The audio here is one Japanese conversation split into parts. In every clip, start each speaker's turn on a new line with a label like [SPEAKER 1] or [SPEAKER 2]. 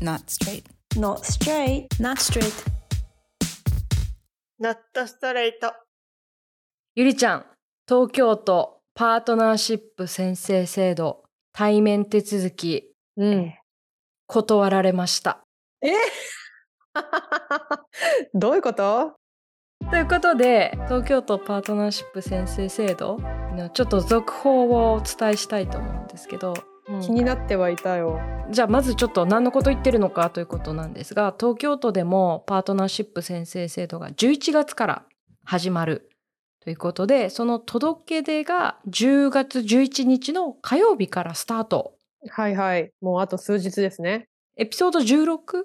[SPEAKER 1] Not straight.
[SPEAKER 2] Not straight.
[SPEAKER 3] Not straight.
[SPEAKER 4] ノットストレート。
[SPEAKER 3] ゆりちゃん、東京都パートナーシップ宣誓制度対面手続き
[SPEAKER 2] うん。
[SPEAKER 3] 断られました。
[SPEAKER 2] え どういうこと
[SPEAKER 3] ということで、東京都パートナーシップ宣誓制度のちょっと続報をお伝えしたいと思うんですけど、うん
[SPEAKER 2] 気になってはいたよ。
[SPEAKER 3] じゃあまずちょっと何のこと言ってるのかということなんですが東京都でもパートナーシップ宣誓制度が11月から始まるということでその届け出が10月11日の火曜日からスタート
[SPEAKER 2] はいはい。もうあと数日ですね。
[SPEAKER 3] エピソード16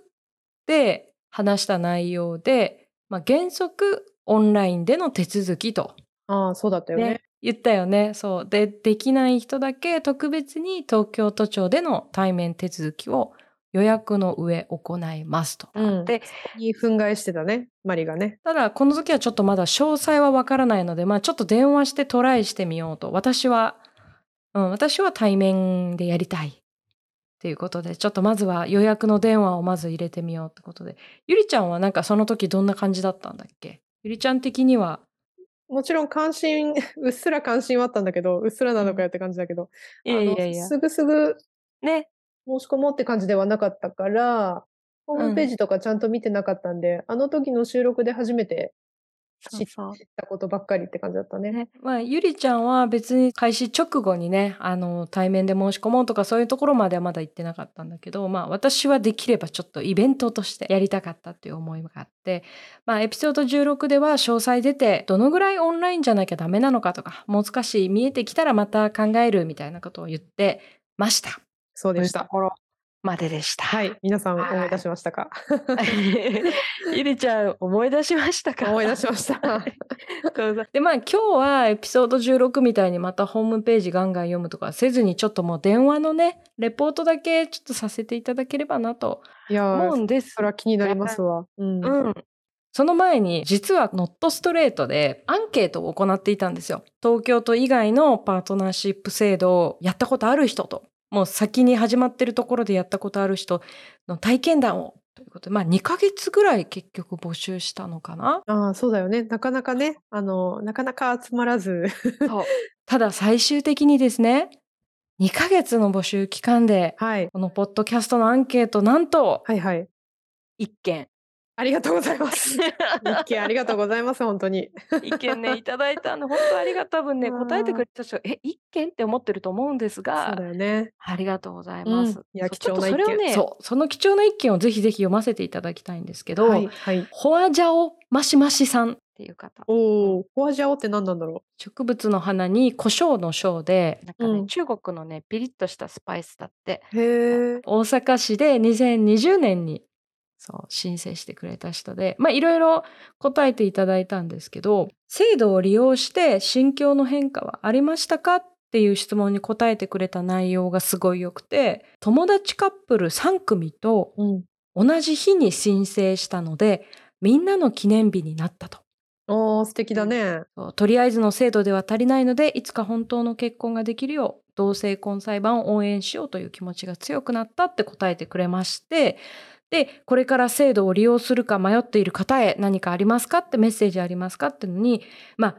[SPEAKER 3] で話した内容で、まあ、原則オンラインでの手続きと
[SPEAKER 2] ああ、そうだったよね。
[SPEAKER 3] ね言ったよねそうでできない人だけ特別に東京都庁での対面手続きを予約の上行いますと。
[SPEAKER 2] うん
[SPEAKER 3] で
[SPEAKER 2] に憤慨してたね、マリがね。
[SPEAKER 3] ただこの時はちょっとまだ詳細はわからないので、まあ、ちょっと電話してトライしてみようと私は、うん、私は対面でやりたいということでちょっとまずは予約の電話をまず入れてみようってことでゆりちゃんはなんかその時どんな感じだったんだっけゆりちゃん的には
[SPEAKER 2] もちろん関心、 うっすら関心はあったんだけど、うっすらなのかよって感じだけど、
[SPEAKER 3] いやいやいや
[SPEAKER 2] あのすぐすぐ
[SPEAKER 3] ね
[SPEAKER 2] 申し込もうって感じではなかったから、ホームページとかちゃんと見てなかったんで、あの時の収録で初めて知っ
[SPEAKER 3] そう
[SPEAKER 2] 知ったことばっかりって感じだったね。
[SPEAKER 3] まあ、ゆりちゃんは別に開始直後にねあの対面で申し込もうとかそういうところまではまだ行ってなかったんだけど、まあ、私はできればちょっとイベントとしてやりたかったっていう思いがあって、まあ、エピソード16では詳細出てどのぐらいオンラインじゃなきゃダメなのかとかもう少し見えてきたらまた考えるみたいなことを言ってました
[SPEAKER 2] そうでした。
[SPEAKER 3] まででした。
[SPEAKER 2] はい。皆さん
[SPEAKER 3] はい
[SPEAKER 2] 思い出しましたか
[SPEAKER 3] ゆりちゃん思い出しましたか
[SPEAKER 2] 思い出し ました。
[SPEAKER 3] でまあ今日はエピソード16みたいにまたホームページガンガン読むとかせずにちょっともう電話のねレポートだけちょっとさせていただければなと
[SPEAKER 2] いや
[SPEAKER 3] 思う
[SPEAKER 2] ー、
[SPEAKER 3] んです
[SPEAKER 2] それは気になりますわ。うん。
[SPEAKER 3] うん、その前に実はノットストレートでアンケートを行っていたんですよ。東京都以外のパートナーシップ制度をやったことある人ともう先に始まってるところでやったことある人の体験談をということでまあ2ヶ月ぐらい結局募集したのかな。
[SPEAKER 2] ああ、そうだよね。なかなかね、あの、なかなか集まらず。
[SPEAKER 3] ただ最終的にですね2ヶ月の募集期間で
[SPEAKER 2] はい。
[SPEAKER 3] このポッドキャストのアンケートなんと
[SPEAKER 2] はいはい。
[SPEAKER 3] 1件
[SPEAKER 2] ありがとうございます。 一件ありがとうございます、本当に。
[SPEAKER 3] 一件ねいただいたんで本当ありがたぶんね答えてくれた人え一件って思ってると思うんです
[SPEAKER 2] そう
[SPEAKER 3] が
[SPEAKER 2] だよね。
[SPEAKER 3] ありがとうございます。
[SPEAKER 2] うんいや
[SPEAKER 3] そうちょっと
[SPEAKER 2] 貴重な
[SPEAKER 3] それを
[SPEAKER 2] 一
[SPEAKER 3] ね
[SPEAKER 2] 件
[SPEAKER 3] そうその貴重な一件をぜひぜひ読ませていただきたいんですけど、
[SPEAKER 2] はい、はい。
[SPEAKER 3] ホアジャオマシマシさんっていう方
[SPEAKER 2] おお、ホアジャオって何なんだろ
[SPEAKER 3] 植物の花に胡椒の章でなんか、ね
[SPEAKER 2] うん
[SPEAKER 3] 中国のねピリッとしたスパイスだって
[SPEAKER 2] う。へえ。
[SPEAKER 3] 大阪市で2020年にそう申請してくれた人でまあいろいろ答えていただいたんですけど制度を利用して心境の変化はありましたかっていう質問に答えてくれた内容がすごい良くて友達カップル3組と
[SPEAKER 2] うん。
[SPEAKER 3] 同じ日に申請したのでみんなの記念日になったと。
[SPEAKER 2] おお、素敵だね。
[SPEAKER 3] そうとりあえずの制度では足りないのでいつか本当の結婚ができるよう同性婚裁判を応援しようという気持ちが強くなったって答えてくれましてでこれから制度を利用するか迷っている方へ何かありますかってメッセージありますかってのにまあ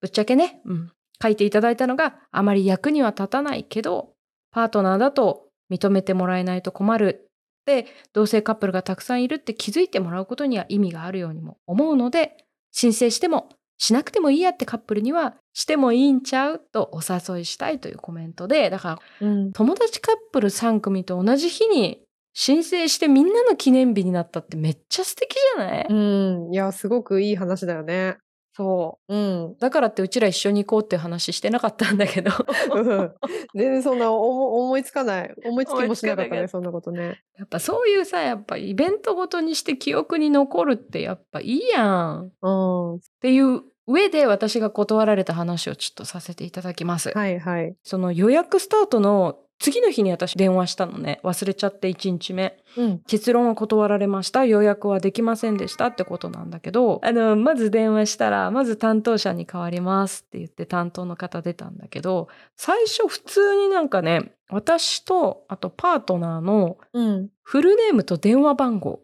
[SPEAKER 3] ぶっちゃけね、うん、書いていただいたのがあまり役には立たないけどパートナーだと認めてもらえないと困るで同性カップルがたくさんいるって気づいてもらうことには意味があるようにも思うので申請してもしなくてもいいやってカップルにはしてもいいんちゃうとお誘いしたいというコメントでだから
[SPEAKER 2] うん。
[SPEAKER 3] 友達カップル3組と同じ日に申請してみんなの記念日になったってめっちゃ素敵じゃない、
[SPEAKER 2] うん。いや、すごくいい話だよね。
[SPEAKER 3] そ
[SPEAKER 2] うん。
[SPEAKER 3] うだからってうちら一緒に行こうっていう話してなかったんだけど
[SPEAKER 2] うん 全然そんな思思いつかない。思いつきもしなかった
[SPEAKER 3] 思
[SPEAKER 2] ね、
[SPEAKER 3] いつ
[SPEAKER 2] そんなことね。
[SPEAKER 3] やっぱそういうさやっぱイベントごとにして記憶に残るってやっぱいいやんっ
[SPEAKER 2] うん。は
[SPEAKER 3] ていう上で私が断られた話をちょっとさせていただきます。
[SPEAKER 2] いはい。
[SPEAKER 3] その予約スタートの次の日に私電話したのね忘れちゃって1日目
[SPEAKER 2] うん。
[SPEAKER 3] 結論を断られました予約はできませんでしたってことなんだけどあのまず電話したらまず担当者に変わりますって言って担当の方出たんだけど最初普通になんかね私とあとパートナーの
[SPEAKER 2] うん。
[SPEAKER 3] フルネームと電話番号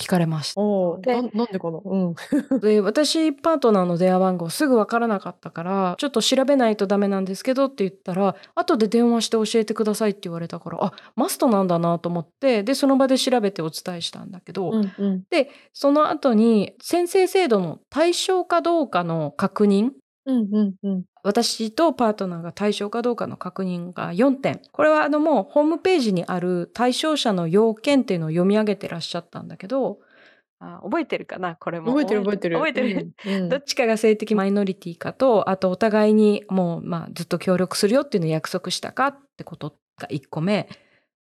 [SPEAKER 3] 聞かれました
[SPEAKER 2] おー
[SPEAKER 3] で
[SPEAKER 2] ななんでかなうん。
[SPEAKER 3] で私パートナーの電話番号すぐ分からなかったからちょっと調べないとダメなんですけどって言ったら後で電話して教えてくださいって言われたからあマストなんだなと思ってでその場で調べてお伝えしたんだけど、
[SPEAKER 2] うん。うん。
[SPEAKER 3] その後に先生制度の対象かどうかの確認
[SPEAKER 2] うん。うん。うん。
[SPEAKER 3] 私とパートナーが対象かどうかの確認が4点これはあのもうホームページにある対象者の要件っていうのを読み上げてらっしゃったんだけどあ覚えてるかなこれも
[SPEAKER 2] 覚えてる覚えてる。
[SPEAKER 3] 覚えてる、
[SPEAKER 2] うん。
[SPEAKER 3] どっちかが性的マイノリティかとあとお互いにもう、まあ、ずっと協力するよっていうのを約束したかってことが1個目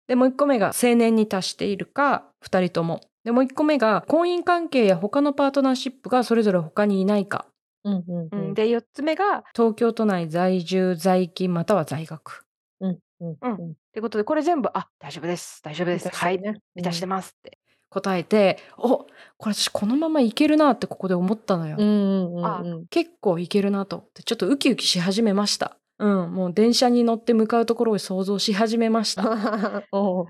[SPEAKER 3] でもう1個目が成年に達しているか2人ともでもう1個目が婚姻関係や他のパートナーシップがそれぞれ他にいないか、
[SPEAKER 2] うん。うん。うん。
[SPEAKER 3] で4つ目が東京都内在住在勤または在学
[SPEAKER 2] うん。うん。うん。
[SPEAKER 3] ってことでこれ全部あ大丈夫です大丈夫です、はい
[SPEAKER 2] ね。
[SPEAKER 3] 満たしてますって答えておこれ私このままいけるなってここで思ったのよ
[SPEAKER 2] うん。うん。うん。
[SPEAKER 3] あ
[SPEAKER 2] うん。
[SPEAKER 3] 結構いけるなと思ってちょっとウキウキし始めました。うん、もう電車に乗って向かうところを想像し始めました。そし
[SPEAKER 2] おー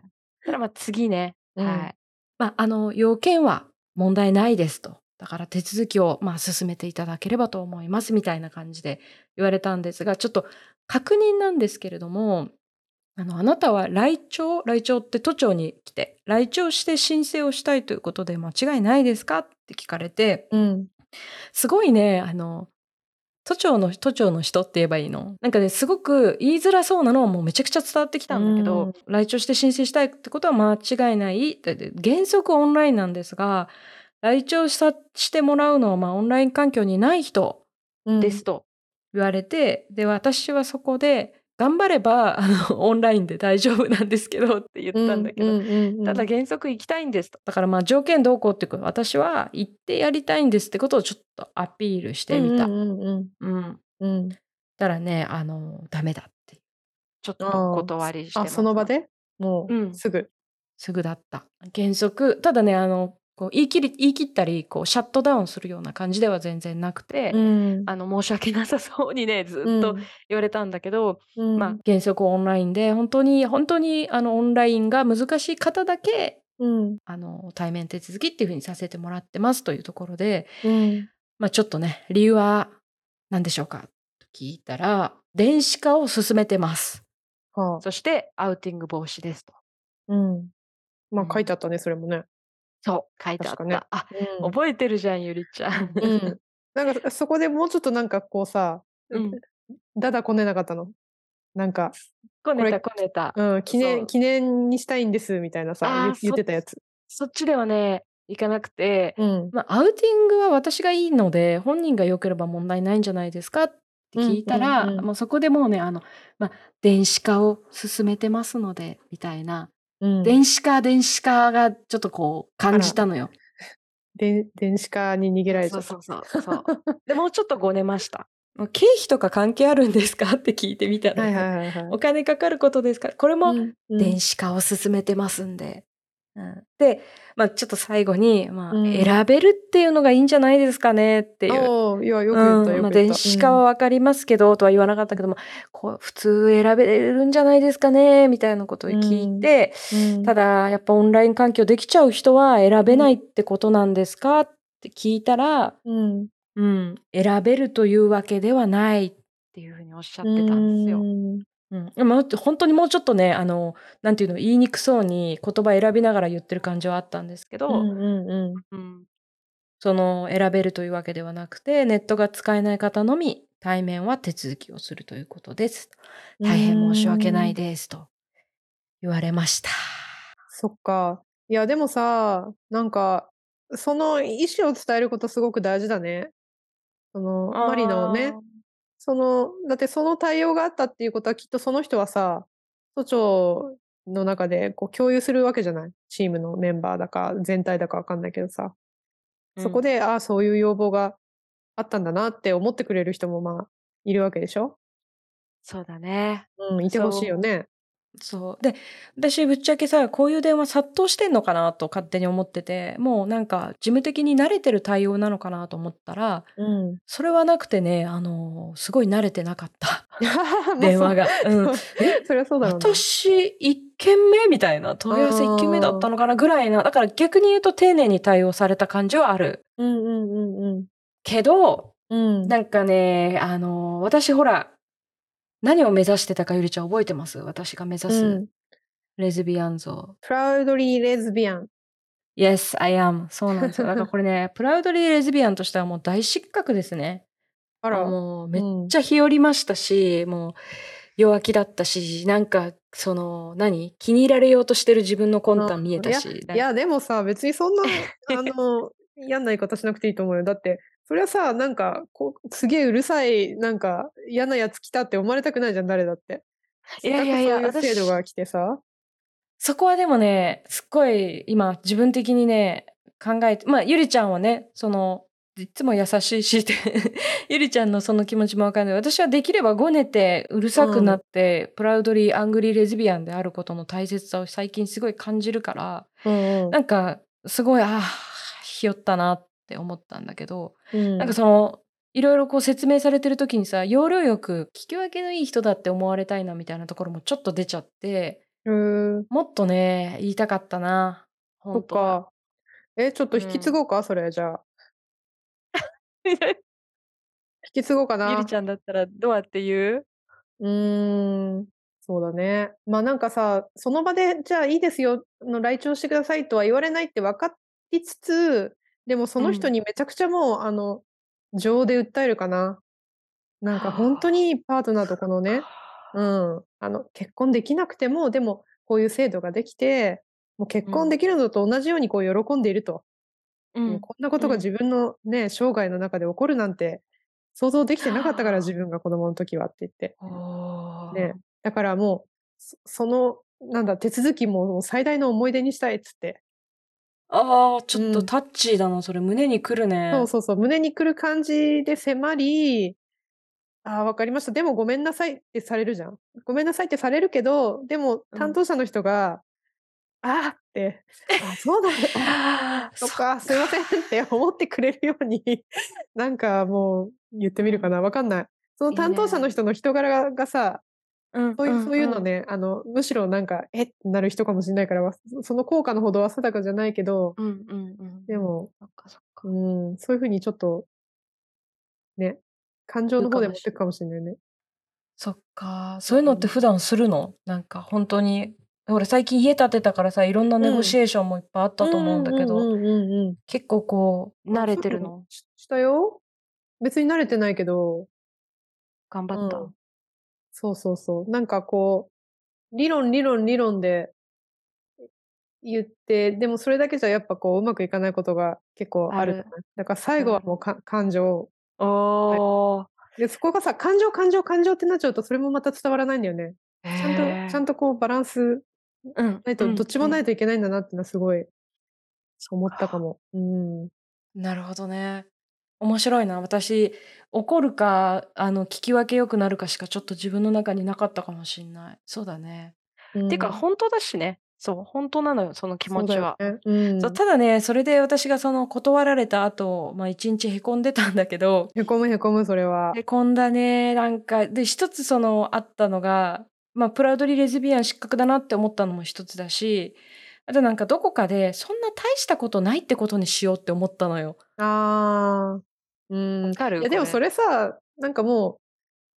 [SPEAKER 3] たらまあ次ね、
[SPEAKER 2] うん
[SPEAKER 3] はい。まああの要件は問題ないですと。だから手続きをまあ進めていただければと思いますみたいな感じで言われたんですが、ちょっと確認なんですけれども、あのあなたは来庁来庁って都庁に来て来庁して申請をしたいということで間違いないですかって聞かれて、
[SPEAKER 2] うん。
[SPEAKER 3] すごいね、あの、都庁の、都庁の人って言えばいいのなんかね、すごく言いづらそうなのはもうめちゃくちゃ伝わってきたんだけど、来庁して申請したいってことは間違いない。だって原則オンラインなんですが、来庁したしてもらうのはまあオンライン環境にない人
[SPEAKER 2] うん。
[SPEAKER 3] ですと言われて、で、私はそこで、頑張ればあのオンラインで大丈夫なんですけどって言ったんだけど、
[SPEAKER 2] うんうんうん
[SPEAKER 3] ただ原則行きたいんですとだからまあ条件どうこうっていうか私は行ってやりたいんですってことをちょっとアピールしてみた、
[SPEAKER 2] う
[SPEAKER 3] うん
[SPEAKER 2] んうんうんうん
[SPEAKER 3] たらねあのダメだってちょっと
[SPEAKER 2] あー
[SPEAKER 3] お断りして
[SPEAKER 2] あ
[SPEAKER 3] ます
[SPEAKER 2] その場でも
[SPEAKER 3] う
[SPEAKER 2] うんすぐ。
[SPEAKER 3] すぐだった原則ただねあのこう言い切り言い切ったりこうシャットダウンするような感じでは全然なくて、
[SPEAKER 2] ん
[SPEAKER 3] あの申し訳なさそうにねずっと言われたんだけど、
[SPEAKER 2] うん
[SPEAKER 3] まあ、原則オンラインで本当に本当にあのオンラインが難しい方だけ
[SPEAKER 2] うん
[SPEAKER 3] あの対面手続きっていうふうにさせてもらってますというところで、
[SPEAKER 2] うん
[SPEAKER 3] まあ、ちょっとね理由は何でしょうかと聞いたら電子化を進めてます
[SPEAKER 2] はあ
[SPEAKER 3] そしてアウティング防止ですと
[SPEAKER 2] うんまあ
[SPEAKER 3] うん
[SPEAKER 2] 書いてあったねそれもね。
[SPEAKER 3] そう書いてあった、
[SPEAKER 2] 確かね
[SPEAKER 3] あ
[SPEAKER 2] う
[SPEAKER 3] 覚えてるじゃんゆりちゃん、
[SPEAKER 2] んうん なんかそこでもうちょっとなんかこうさ
[SPEAKER 3] うん、
[SPEAKER 2] だだこねなかったの。なんか、
[SPEAKER 3] こね
[SPEAKER 2] こ
[SPEAKER 3] た
[SPEAKER 2] れ
[SPEAKER 3] こねた、
[SPEAKER 2] うん、記
[SPEAKER 3] そう
[SPEAKER 2] 念記念にしたいんですみたい
[SPEAKER 3] あ
[SPEAKER 2] な
[SPEAKER 3] ー
[SPEAKER 2] さ言言ってたやつ。
[SPEAKER 3] そっちではねいかなくて、
[SPEAKER 2] うん
[SPEAKER 3] まあ、アウティングは私がいいので本人が良ければ問題ないんじゃないですかって聞いたら、
[SPEAKER 2] うんうんうん
[SPEAKER 3] もうそこでもうねあの、まあ、電子化を進めてますのでみたいな
[SPEAKER 2] うん
[SPEAKER 3] 電子化電子化がちょっとこう感じたのよ。
[SPEAKER 2] で電子化に逃げられち
[SPEAKER 3] そ
[SPEAKER 2] ゃ
[SPEAKER 3] う
[SPEAKER 2] った。
[SPEAKER 3] そうそう そう。でもうちょっとごねました。もう経費とか関係あるんですかって聞いてみたら、
[SPEAKER 2] はいはいはいはい。
[SPEAKER 3] お金かかることですからこれも
[SPEAKER 2] うんうん
[SPEAKER 3] 電子化を進めてますんで。うんで、まあ、ちょっと最後に、まあ
[SPEAKER 2] うん
[SPEAKER 3] 選べるっていうのがいいんじゃないですかねっていう。
[SPEAKER 2] おーいやよく言った
[SPEAKER 3] うん
[SPEAKER 2] よ
[SPEAKER 3] ま
[SPEAKER 2] く言った。
[SPEAKER 3] あ、電子化は分かりますけど、とは言わなかったけどもこう普通選べれるんじゃないですかねみたいなことを聞いて、
[SPEAKER 2] うん
[SPEAKER 3] ただやっぱオンライン環境できちゃう人は選べないってことなんですかって聞いたら、
[SPEAKER 2] うん
[SPEAKER 3] うん、選べるというわけではないっていうふうにおっしゃってたんですよ。
[SPEAKER 2] うん
[SPEAKER 3] うん、まあ本当にもうちょっとねあのなんていうの言いにくそうに言葉選びながら言ってる感じはあったんですけど、
[SPEAKER 2] うんうんうん
[SPEAKER 3] うんその選べるというわけではなくてネットが使えない方のみ対面は手続きをするということです。大変申し訳ないですと言われました。
[SPEAKER 2] そっか。いや、でもさ、なんか、その意思を伝えることすごく大事だね。その、マリのね、その、だってその対応があったっていうことはきっとその人はさ、都庁の中でこう共有するわけじゃないチームのメンバーだか、全体だかわかんないけどさ。そこで、ああ、そういう要望があったんだなって思ってくれる人もまあ、いるわけでしょ
[SPEAKER 3] そうだね。
[SPEAKER 2] うん、いてほしいよね。
[SPEAKER 3] そう。で、私ぶっちゃけさ、こういう電話殺到してんのかなと勝手に思ってて、もうなんか事務的に慣れてる対応なのかなと思ったら、
[SPEAKER 2] うん。
[SPEAKER 3] それはなくてね、あの、すごい慣れてなかった。
[SPEAKER 2] まあ
[SPEAKER 3] 電話が。うん。
[SPEAKER 2] そうそりゃそうだろうな。
[SPEAKER 3] 私、1件目みたいな、問い合わせ1件目だったのかなぐらいな、だから逆に言うと丁寧に対応された感じはある。
[SPEAKER 2] うんうんうん
[SPEAKER 3] けど、
[SPEAKER 2] うん。うん。
[SPEAKER 3] なんかね、あの、私ほら、何を目指してたかゆりちゃん覚えてます私が目指
[SPEAKER 2] う
[SPEAKER 3] す
[SPEAKER 2] ん。
[SPEAKER 3] レズビアン像。
[SPEAKER 2] プラウドリーレズビアン。
[SPEAKER 3] Yes, I am. そうなん ですよ。だからこれね、プラウドリーレズビアンとしてはもう大失格ですね。
[SPEAKER 2] あら。
[SPEAKER 3] もうめっ
[SPEAKER 2] っ
[SPEAKER 3] ちゃ日和りましたし、もう弱気だったし、なんかその、何気に入られようとしてる自分の魂胆見えたし。
[SPEAKER 2] いや、でもさ、別にそんな、あの、 嫌な言い方しなくていいと思うよ。だって、それはさ、なんか、こうすげえうるさい、なんか、嫌なやつ来たって思われたくないじゃん、誰だって。
[SPEAKER 3] いやいやいや
[SPEAKER 2] せっかくそういう制度が来てさ。
[SPEAKER 3] そこはでもね、すっごい今自分的にね、考えて、まあ、ゆりちゃんはね、その、いつも優しいし って、ゆりちゃんのその気持ちもわかるんない。私はできればごねて、うるさくなって、プラウドリー、アングリーレズビアンであることの大切さを最近すごい感じるから、
[SPEAKER 2] うんうん
[SPEAKER 3] なんか、すごい、ああ、ひよったなって思ったんだけど、
[SPEAKER 2] うん
[SPEAKER 3] なんかその、いろいろこう説明されてる時にさ、要領よく聞き分けのいい人だって思われたいなみたいなところもちょっと出ちゃって、
[SPEAKER 2] うーん
[SPEAKER 3] もっとね、言いたかったな。
[SPEAKER 2] そ
[SPEAKER 3] 本
[SPEAKER 2] っ
[SPEAKER 3] 当は。
[SPEAKER 2] か。え、ちょっと引
[SPEAKER 3] うん
[SPEAKER 2] き継ごうか、それ、じゃあ。
[SPEAKER 3] ゆ
[SPEAKER 2] 引き継ごうかな。
[SPEAKER 3] りちゃんだったらどうやって言う
[SPEAKER 2] うーん、そうだね。まあなんかさ、その場で、じゃあいいですよ、あの来庁してくださいとは言われないって分かりつつ、でもその人
[SPEAKER 3] うん
[SPEAKER 2] にめちゃくちゃもう、あの、情で訴えるかな。なんか
[SPEAKER 3] はあ
[SPEAKER 2] 本当にパートナーとこのね、うん、あの、結婚できなくても、でもこういう制度ができて、もう結
[SPEAKER 3] うん
[SPEAKER 2] 婚できるのと同じようにこう喜んでいると。
[SPEAKER 3] う
[SPEAKER 2] もうこんなことが
[SPEAKER 3] うん
[SPEAKER 2] 自分のね、生涯の中で起こるなんて、想像できてなかったから
[SPEAKER 3] はあ
[SPEAKER 2] 自分が子供の時はって言って。
[SPEAKER 3] おー
[SPEAKER 2] ね、だからもうそそのなんだ手続きももう最大の思い出にしたいっつって、
[SPEAKER 3] ああ、ちょっ
[SPEAKER 2] う
[SPEAKER 3] と
[SPEAKER 2] ん
[SPEAKER 3] タッチーだな、それ胸にくるね。
[SPEAKER 2] そうそうそう胸にくる感じで迫りああ分かりましたでもごめんなさいってされるじゃんごめんなさいってされるけどでも
[SPEAKER 3] うん
[SPEAKER 2] 担当者の人が、あ あってあそうなんだ
[SPEAKER 3] あー
[SPEAKER 2] と
[SPEAKER 3] そ
[SPEAKER 2] かすいませんって思ってくれるように なんかもう言ってみるかな分かんないその
[SPEAKER 3] いい
[SPEAKER 2] 担当者
[SPEAKER 3] ね
[SPEAKER 2] の人の人柄ががさ
[SPEAKER 3] うん
[SPEAKER 2] そういうそういうの
[SPEAKER 3] ん
[SPEAKER 2] ね、あのむしろなんかえってなる人かもしれないからわそその効果のほどは定かじゃないけど
[SPEAKER 3] うんうんうん。
[SPEAKER 2] でも、
[SPEAKER 3] そっかそっか。
[SPEAKER 2] うん、そういうふうにちょっとね感情の方で
[SPEAKER 3] 言うか
[SPEAKER 2] 持
[SPEAKER 3] も
[SPEAKER 2] っ
[SPEAKER 3] して
[SPEAKER 2] いくかもしれないね。
[SPEAKER 3] そっか。そういうのって普段するのなんか本当に。ほら最近家建てたからさ、いろんなネゴシエーションもいっぱいあったと思うんだけど、
[SPEAKER 2] うんうんうんうん
[SPEAKER 3] 結構こう、慣れてる
[SPEAKER 2] そう
[SPEAKER 3] の。
[SPEAKER 2] ししたよ別に慣れてないけど
[SPEAKER 3] 頑張った。
[SPEAKER 2] うんそうそうそうなんかこう理論理論理論で言ってでもそれだけじゃやっぱこううまくいかないことが結構ある
[SPEAKER 3] ある
[SPEAKER 2] じゃないだから最後はもうか、感情
[SPEAKER 3] おー。
[SPEAKER 2] で、そこがさ、感情、感情、感情ってなっちゃうと、それもまた伝わらないんだよね。
[SPEAKER 3] ち
[SPEAKER 2] ちゃんと、ちゃん
[SPEAKER 3] と、
[SPEAKER 2] とこう、バランス
[SPEAKER 3] うん、
[SPEAKER 2] ないと、どっちもないいといけないんだなってのは、すごい、思ったかも。うん。
[SPEAKER 3] うんなるほどね。面白いな。私、怒るか、あの、聞き分け良くなるかしか、ちょっと自分の中になかったかもしんない。そうだね。てか、本当だしね。そう、本当なのよ、その気
[SPEAKER 2] 気
[SPEAKER 3] 持ちは。。
[SPEAKER 2] そうだよねうん。
[SPEAKER 3] そうただね、それで私がその断られた後、まあ一日へこんでたんだけど、
[SPEAKER 2] へこむへこむ、それは。
[SPEAKER 3] へこんだね、なんか。で、一つその、あったのが、まあ、プラウドリーレズビアン失格だなって思ったのも一つだし、あとなんかどこかで、そんな大したことないってことにしようって思ったのよ。
[SPEAKER 2] あー。うん。い
[SPEAKER 3] かる
[SPEAKER 2] や、でもそれさ、なんかも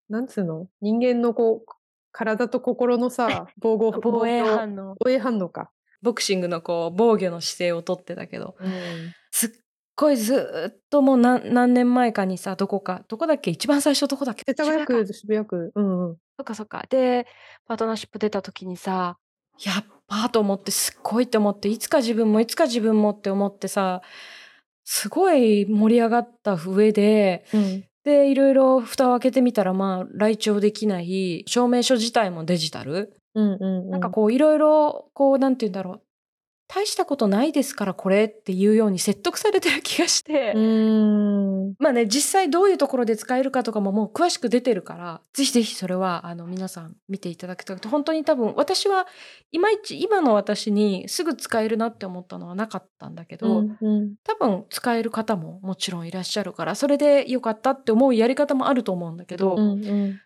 [SPEAKER 2] う、なんつうの人間のこう、体と心のさ、防護
[SPEAKER 3] 防衛
[SPEAKER 2] 応。
[SPEAKER 3] 反応。
[SPEAKER 2] 防衛反応か。
[SPEAKER 3] ボクシングのこう、防御の姿勢をとってたけど、
[SPEAKER 2] うん。
[SPEAKER 3] すっごいずーっともう何何年前かにさ、どこか、どこだっけ一番最初どこだっけ
[SPEAKER 2] 世田谷
[SPEAKER 3] 渋谷
[SPEAKER 2] 区、
[SPEAKER 3] か
[SPEAKER 2] 渋谷区。うんうん。
[SPEAKER 3] そっかそっか。で、パートナーシップ出た時にさ、やっばと思って、すっごいと思って、いつか自分もいつか自分もって思ってさ、すごい盛り上がった上で、
[SPEAKER 2] うん。
[SPEAKER 3] で、いろいろ蓋を開けてみたら、まあ、来庁できない、証明書自体もデジタル。
[SPEAKER 2] うんうん。
[SPEAKER 3] なんかこう、いろいろ、こう、なんて言うんだろう。大したことないですからこれっていうように説得されてる気がして、
[SPEAKER 2] うん。
[SPEAKER 3] まあね実際どういうところで使えるかとかももう詳しく出てるからぜひぜひそれはあの皆さん見ていただきたくて本当に多分私はいまいち今の私にすぐ使えるなって思ったのはなかったんだけど、
[SPEAKER 2] うんうん
[SPEAKER 3] 多分使える方ももちろんいらっしゃるからそれでよかったって思うやり方もあると思うんだけど、
[SPEAKER 2] うんうん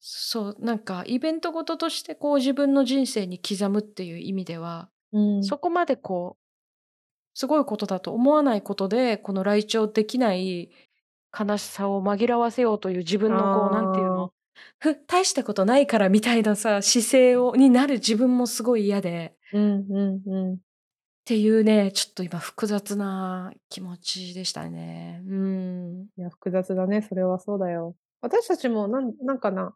[SPEAKER 3] そうなんかイベントごととしてこう自分の人生に刻むっていう意味では
[SPEAKER 2] うん
[SPEAKER 3] そこまでこう、すごいことだと思わないことで、この来庁できない悲しさを紛らわせようという自分のこう、
[SPEAKER 2] あー
[SPEAKER 3] なんていうの、ふ、大したことないからみたいなさ、姿勢を、になる自分もすごい嫌で、っ
[SPEAKER 2] うんうんうん
[SPEAKER 3] ていうね、ちょっと今複雑な気持ちでしたね。うん。
[SPEAKER 2] いや、複雑だね。それはそうだよ。私たちもなん、なんかな、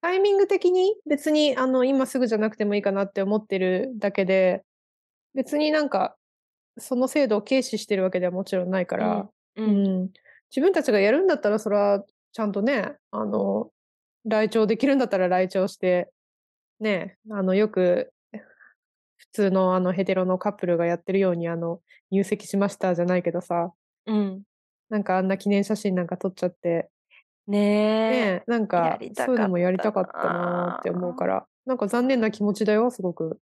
[SPEAKER 2] タイミング的に別に、あの、今すぐじゃなくてもいいかなって思ってるだけで、別になんか、その制度を軽視してるわけではもちろんないから、
[SPEAKER 3] う
[SPEAKER 2] う。自分たちがやるんだったら、それはちゃんとね、あの、来庁できるんだったら来庁して、ね、あの、よく、普通のあのヘテロのカップルがやってるようにあの入籍しましたじゃないけどさ
[SPEAKER 3] うん。
[SPEAKER 2] なんかあんな記念写真なんか撮っちゃって
[SPEAKER 3] ねえ。
[SPEAKER 2] ねえ、なん
[SPEAKER 4] や
[SPEAKER 2] か
[SPEAKER 4] り、た
[SPEAKER 2] そういう
[SPEAKER 4] か
[SPEAKER 2] のもやりたかっ
[SPEAKER 4] った
[SPEAKER 2] た
[SPEAKER 4] な
[SPEAKER 2] なーって思うから、なんか残念な気持ちだよ、すごく。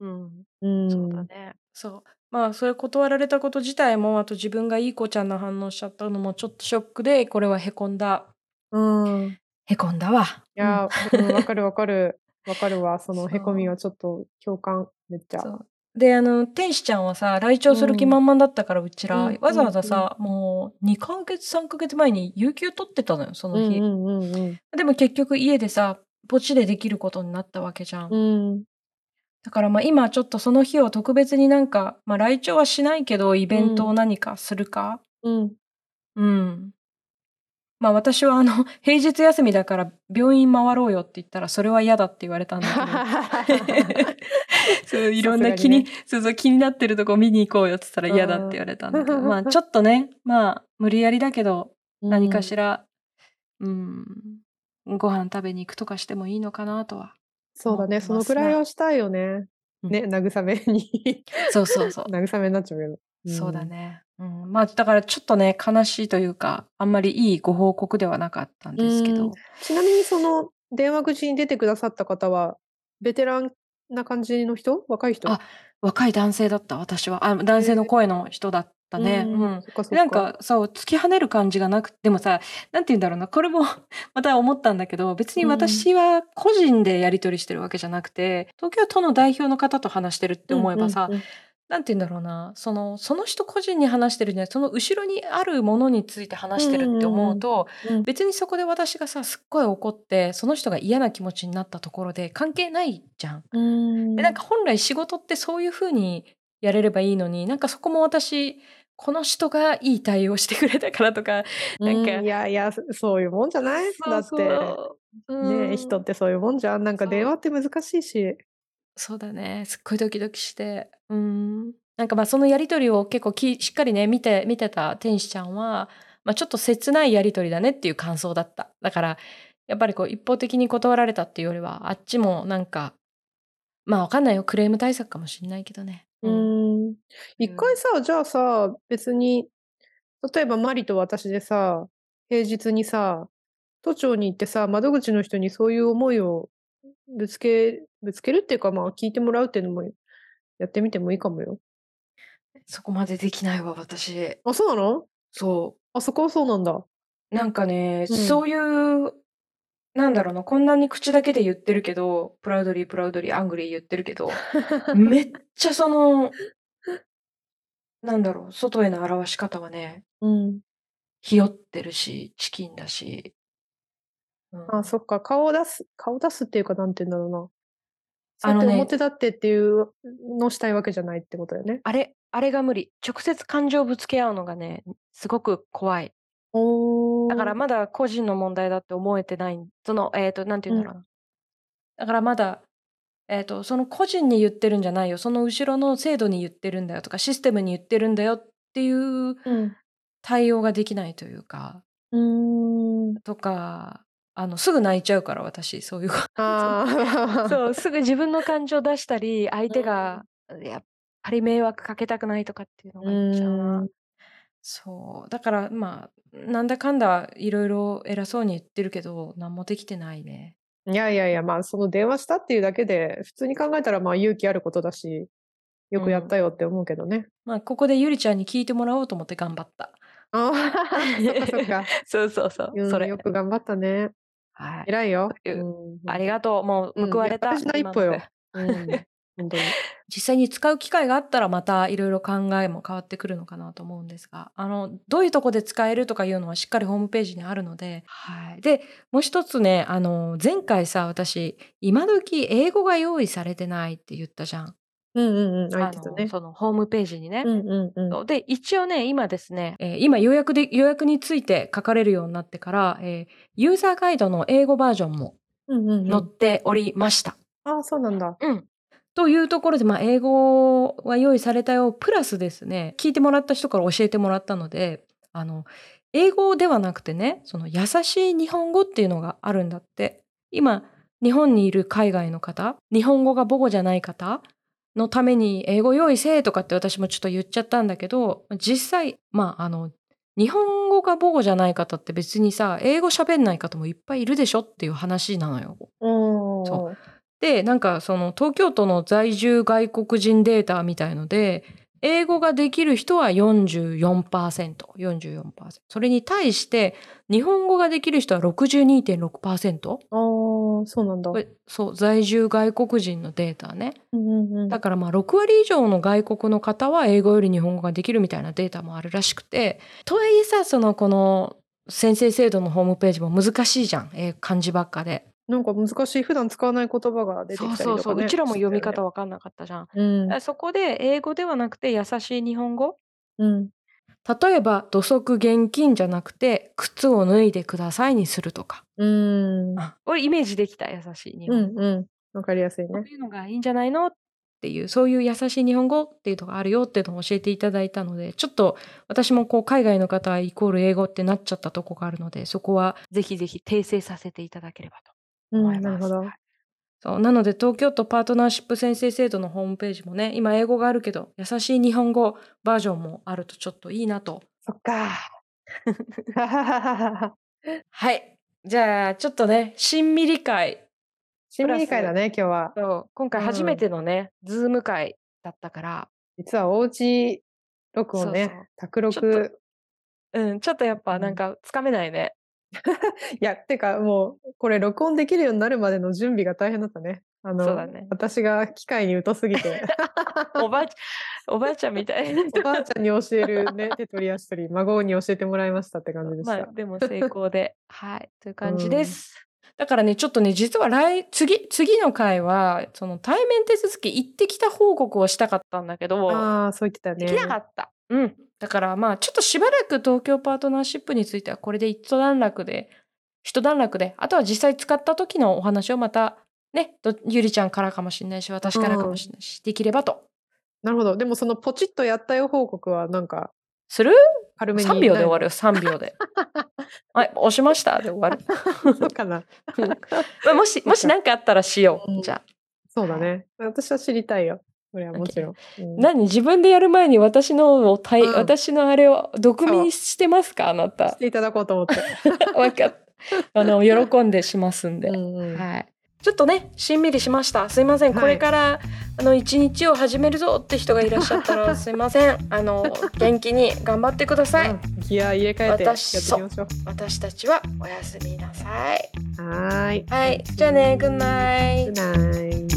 [SPEAKER 3] うん。
[SPEAKER 2] うん。
[SPEAKER 4] そうだね。
[SPEAKER 3] そう。まあ、それ断られたこと自体も、あと自分がいい子ちゃんの反応しちゃったのもちょっとショックで、これはへこんだ。
[SPEAKER 2] うん。い
[SPEAKER 3] へこんだわ。
[SPEAKER 2] やー、うんわかるわかる。わかるわ。その
[SPEAKER 3] そう
[SPEAKER 2] へこみはちょっと共感、めっちゃ。
[SPEAKER 3] そうであの天使ちゃんはさ来庁する気満々だったからうちら、
[SPEAKER 2] うん
[SPEAKER 3] わざわざさ、もう2ヶ月3ヶ月前に有給取ってたのよそうの
[SPEAKER 2] ん
[SPEAKER 3] 日、
[SPEAKER 2] うんうんうん。
[SPEAKER 3] でも結局家でさポチでできることになったわけじゃん、
[SPEAKER 2] うん。
[SPEAKER 3] だからまあ今ちょっとその日を特別になんか、まあ、来庁はしないけどイベントを何かするか
[SPEAKER 2] うん。
[SPEAKER 3] うん、まあ私はあの 平日休みだから病院回ろうよって言ったらそれは嫌だって言われたんだ けどそういろんな気に
[SPEAKER 2] さ
[SPEAKER 3] そうそう気になってるとこ見に行こうよって言ったら嫌だって言われたんだけど、
[SPEAKER 2] うん
[SPEAKER 3] まあちょっとねまあ無理やりだけど何かし
[SPEAKER 2] ら。
[SPEAKER 3] らうん、ご飯食べに行くとかしてもいいのかなとは
[SPEAKER 2] そうだ
[SPEAKER 3] 思っ
[SPEAKER 2] ね、
[SPEAKER 3] て
[SPEAKER 2] その
[SPEAKER 3] ます
[SPEAKER 2] くらい
[SPEAKER 3] な
[SPEAKER 2] はしたいよね。
[SPEAKER 3] うん
[SPEAKER 2] ね、慰めに。
[SPEAKER 3] そうそうそう、
[SPEAKER 2] 慰めになっちゃうけど。ん
[SPEAKER 3] そうだ。ね、うん、まあだからちょっとね悲しいというかあんまりいいご報告ではなかったんですけど、
[SPEAKER 2] うんちなみにその電話口に出てくださった方は、ベテランな感じの人若い人
[SPEAKER 3] あ若い男性だった私はあ男性の声の人だったね、
[SPEAKER 2] う
[SPEAKER 3] うんん、
[SPEAKER 2] そっかそっ
[SPEAKER 3] なんかそう突き跳ねる感じがなくでもさなんて言うんだろうなこれも また思ったんだけど別に私は個人でやり取りしてるわけじゃなくて、東京都の代表の方と話してるって思えばさ、
[SPEAKER 2] うんうん
[SPEAKER 3] なんて言うんだろうなそのその人個人に話してるんじゃないその後ろにあるものについて話してるって思うと、
[SPEAKER 2] うんうん
[SPEAKER 3] 別にそこで私がさすっごい怒ってその人が嫌な気持ちになったところで関係ないじゃん。
[SPEAKER 2] うん、
[SPEAKER 3] でなんか本来仕事ってそういう風にやれればいいのになんかそこも私この人がいい対応してくれたからとかなんか
[SPEAKER 2] うんいやいやそそういうもんじゃないだって
[SPEAKER 3] うん
[SPEAKER 2] ねえ人ってそういうもんじゃんなんか
[SPEAKER 3] そう
[SPEAKER 2] 電話って難しいし
[SPEAKER 3] そうだねすっごいドキドキしてうんなんかまあそのやり取りを結構きしっかりね見て見てた天使ちゃんは、まあ、ちょっと切ないやり取りだねっていう感想だっただからやっぱりこう一方的に断られたっていうよりはあっちもなんかまあわかんないよクレーム対策かもしんないけどね。
[SPEAKER 2] うん一回さじゃあさ別に例えばマリと私でさ平日にさ都庁に行ってさ窓口の人にそういう思いをぶつけぶつけるっていうかまあ聞いてもらうっていうのもやってみてもいいかもよ
[SPEAKER 3] そこまでできないわ私
[SPEAKER 2] あそうなの
[SPEAKER 3] そう
[SPEAKER 2] あそこはそうなんだ
[SPEAKER 3] なんかね、
[SPEAKER 2] うん
[SPEAKER 3] そういう、なんだろうな、こんなに口だけで言ってるけど、プラウドリー、プラウドリー、アングリー言ってるけど、めっちゃその、なんだろう、外への表し方はね、
[SPEAKER 2] うん
[SPEAKER 3] ひよってるし、チキンだし。うん
[SPEAKER 2] あ、そっか。顔を出す、顔を出すっていうか、なんて言うんだろうな。
[SPEAKER 3] あの
[SPEAKER 2] そうや
[SPEAKER 3] ね
[SPEAKER 2] って表立ってっていうのをしたいわけじゃないってことだよね。
[SPEAKER 3] あれ、あれが無理。直接感情をぶつけ合うのがね、すごく怖い。
[SPEAKER 2] お
[SPEAKER 3] だからまだ個人の問題だって思えてない。その、えっ、と、なんて言うんだろうな。だからまだ、えっ、と、その個人に言ってるんじゃないよ。その後ろの制度に言ってるんだよとか、システムに言ってるんだよっていう
[SPEAKER 2] うん。
[SPEAKER 3] 対応ができないというか、
[SPEAKER 2] うーん。
[SPEAKER 3] とか、あの、すぐ泣いちゃうから、私、そういう
[SPEAKER 2] ああ。
[SPEAKER 3] そう、すぐ自分の感情出したり、相手が、いや、ぱり迷惑かけたくないとかっていうのがあっちゃうな。 そうだからまあなんだかんだいろいろ偉そうに言ってるけど何もできてないね。
[SPEAKER 2] いやいやいや、まあ、その電話したっていうだけで、普通に考えたら、まあ、勇気あることだし、よくやったよって思うけどね。
[SPEAKER 3] まあここでゆりちゃんに聞いてもらおうと思って頑張った。
[SPEAKER 2] ああ、 そ っかそっか。
[SPEAKER 3] そうそうそう
[SPEAKER 2] うん
[SPEAKER 3] それ
[SPEAKER 2] よ。く頑張ったね。
[SPEAKER 3] はい。
[SPEAKER 2] 偉いよ。
[SPEAKER 3] そういう
[SPEAKER 2] うん
[SPEAKER 3] ありがとうも
[SPEAKER 2] う
[SPEAKER 3] うん報われた。
[SPEAKER 2] いや大事な一歩
[SPEAKER 3] 今の
[SPEAKER 2] よ
[SPEAKER 3] で。
[SPEAKER 2] う ん、本当に。
[SPEAKER 3] 実際に使う機会があったらまたいろいろ考えも変わってくるのかなと思うんですがあのどういうとこで使えるとかいうのはしっかりホームページにあるので、はい、でもう一つねあの前回さ私今時英語が用意されてないって言ったじゃん、
[SPEAKER 2] うんうんうん、相
[SPEAKER 3] あ
[SPEAKER 2] 手と
[SPEAKER 3] の
[SPEAKER 2] ね。
[SPEAKER 3] そのホームページにね。
[SPEAKER 2] うんうんうん。
[SPEAKER 3] で一応ね今ですね、えー今予約で予約について書かれるようになってから、えーユーザーガイドの英語バージョンも
[SPEAKER 2] うんうんうん
[SPEAKER 3] 載っておりました。
[SPEAKER 2] ああ、そうなんだ。
[SPEAKER 3] うん、というところで、まあ、英語は用意されたよプラスですね聞いてもらった人から教えてもらったのであの英語ではなくてねその優しい日本語っていうのがあるんだって今日本にいる海外の方日本語が母語じゃない方のために英語用意せえとかって私もちょっと言っちゃったんだけど実際まああの日本語が母語じゃない方って別にさ英語喋んない方もいっぱいいるでしょっていう話なのよ。
[SPEAKER 2] お
[SPEAKER 3] そ
[SPEAKER 2] お。
[SPEAKER 3] でなんかその東京都の在住外国人データみたいので英語ができる人は 44%44% それに対して日本語ができる人は62.6%
[SPEAKER 2] ああ、そうなんだ。
[SPEAKER 3] これそう在住外国人のデータね
[SPEAKER 2] うんうんうん。
[SPEAKER 3] だからまあ6割以上の外国の方は英語より日本語ができるみたいなデータもあるらしくてとはいえさそのこの先生制度のホームページも難しいじゃん、えー漢字ばっかで。
[SPEAKER 2] なんか難しい、普段使わない言葉が出て
[SPEAKER 3] そう
[SPEAKER 2] きたりとか、ね。
[SPEAKER 3] そうそううちらも読み方
[SPEAKER 2] は。
[SPEAKER 3] わかんなかったじゃん。
[SPEAKER 2] うん。
[SPEAKER 3] あそこで英語ではなくて優しい日本語
[SPEAKER 2] うん。
[SPEAKER 3] 例えば土足現金じゃなくて靴を脱いでくださいにするとか
[SPEAKER 2] うん。
[SPEAKER 3] 俺イメージできた優しい日
[SPEAKER 2] う
[SPEAKER 3] 本語、
[SPEAKER 2] んうん。わかりやすい
[SPEAKER 3] こ
[SPEAKER 2] ね
[SPEAKER 3] う。いうのがいいんじゃないのっていうそういう優しい日本語っていうのがあるよっていうのを教えていただいたのでちょっと私もこう海外の方イコール英語ってなっちゃったとこがあるのでそこはぜひぜひ訂正させていただければと。
[SPEAKER 2] うん、なるほど
[SPEAKER 3] はい。そうなので東京都パートナーシップ先生制度のホームページもね今英語があるけど優しい日本語バージョンもあるとちょっといいなと
[SPEAKER 2] そっか。 ははははは
[SPEAKER 3] はいじゃあちょっとねしんみり会
[SPEAKER 2] 新理会だね、今日は。
[SPEAKER 3] そう今回
[SPEAKER 2] うん
[SPEAKER 3] 初めてのね、ズーム会だったから
[SPEAKER 2] 実はおうち録音
[SPEAKER 3] そうそ
[SPEAKER 2] ね
[SPEAKER 3] う、
[SPEAKER 2] 宅
[SPEAKER 3] ちょっ
[SPEAKER 2] 録。
[SPEAKER 3] うんちょっとやっぱなんかつかめない ね、
[SPEAKER 2] い や、てかもう、これ録音できるようになるまでの準備が大変だったね。あ
[SPEAKER 3] そうだ
[SPEAKER 2] の、
[SPEAKER 3] ね
[SPEAKER 2] 私が機械に疎すぎ て、
[SPEAKER 3] おばあちおばあちゃんみたいな
[SPEAKER 2] おばあちゃんに教えるね、手取り足取り、孫に教えてもらいましたって感じでし
[SPEAKER 3] まあ
[SPEAKER 2] た。
[SPEAKER 3] でも成功ではいという感じです、だからねちょっとね実は来次次の回はその対面手続き行ってきた報告をしたかったんだけど
[SPEAKER 2] ああ、そう言ってたね。
[SPEAKER 3] できなかった。うん。だからまあちょっとしばらく東京パートナーシップについてはこれで一段落で、一段落で、あとは実際使った時のお話をまたね、どゆりちゃんからかもしれないし、私からかもしれないし、できればと。
[SPEAKER 2] なるほど。でもそのポチッとやったよ報告は、なんか、
[SPEAKER 3] する
[SPEAKER 2] 軽めに。
[SPEAKER 3] ?3 秒で終わるよ、3秒 で。はい、押しましたで終わる。
[SPEAKER 2] ない。そうかな。
[SPEAKER 3] まあもし、もし何かあったらしよ
[SPEAKER 2] うん
[SPEAKER 3] う。じゃあ。
[SPEAKER 2] そうだね。私は知りたいよ。これはもちろん。うん
[SPEAKER 3] 何自分でやる前に私のをたい、
[SPEAKER 2] うん
[SPEAKER 3] 私のあれを毒味にしてますかあな。
[SPEAKER 2] したていただこうと思って。
[SPEAKER 3] わ かった。あの、喜んでしますんで。
[SPEAKER 2] うんうん
[SPEAKER 3] はい。ちょっとね、しんみりしました。すいません。
[SPEAKER 2] はい
[SPEAKER 3] これから、あの一日を始めるぞって人がいらっしゃった ら、すいません。あ の元気に頑張ってください。
[SPEAKER 2] うんギア入れ替えてやってい
[SPEAKER 3] 私
[SPEAKER 2] きましょう。
[SPEAKER 3] 私たちはおやすみなさい。
[SPEAKER 2] はーい。
[SPEAKER 3] はい。じゃあね、グッナイ
[SPEAKER 2] グッ。ナイ。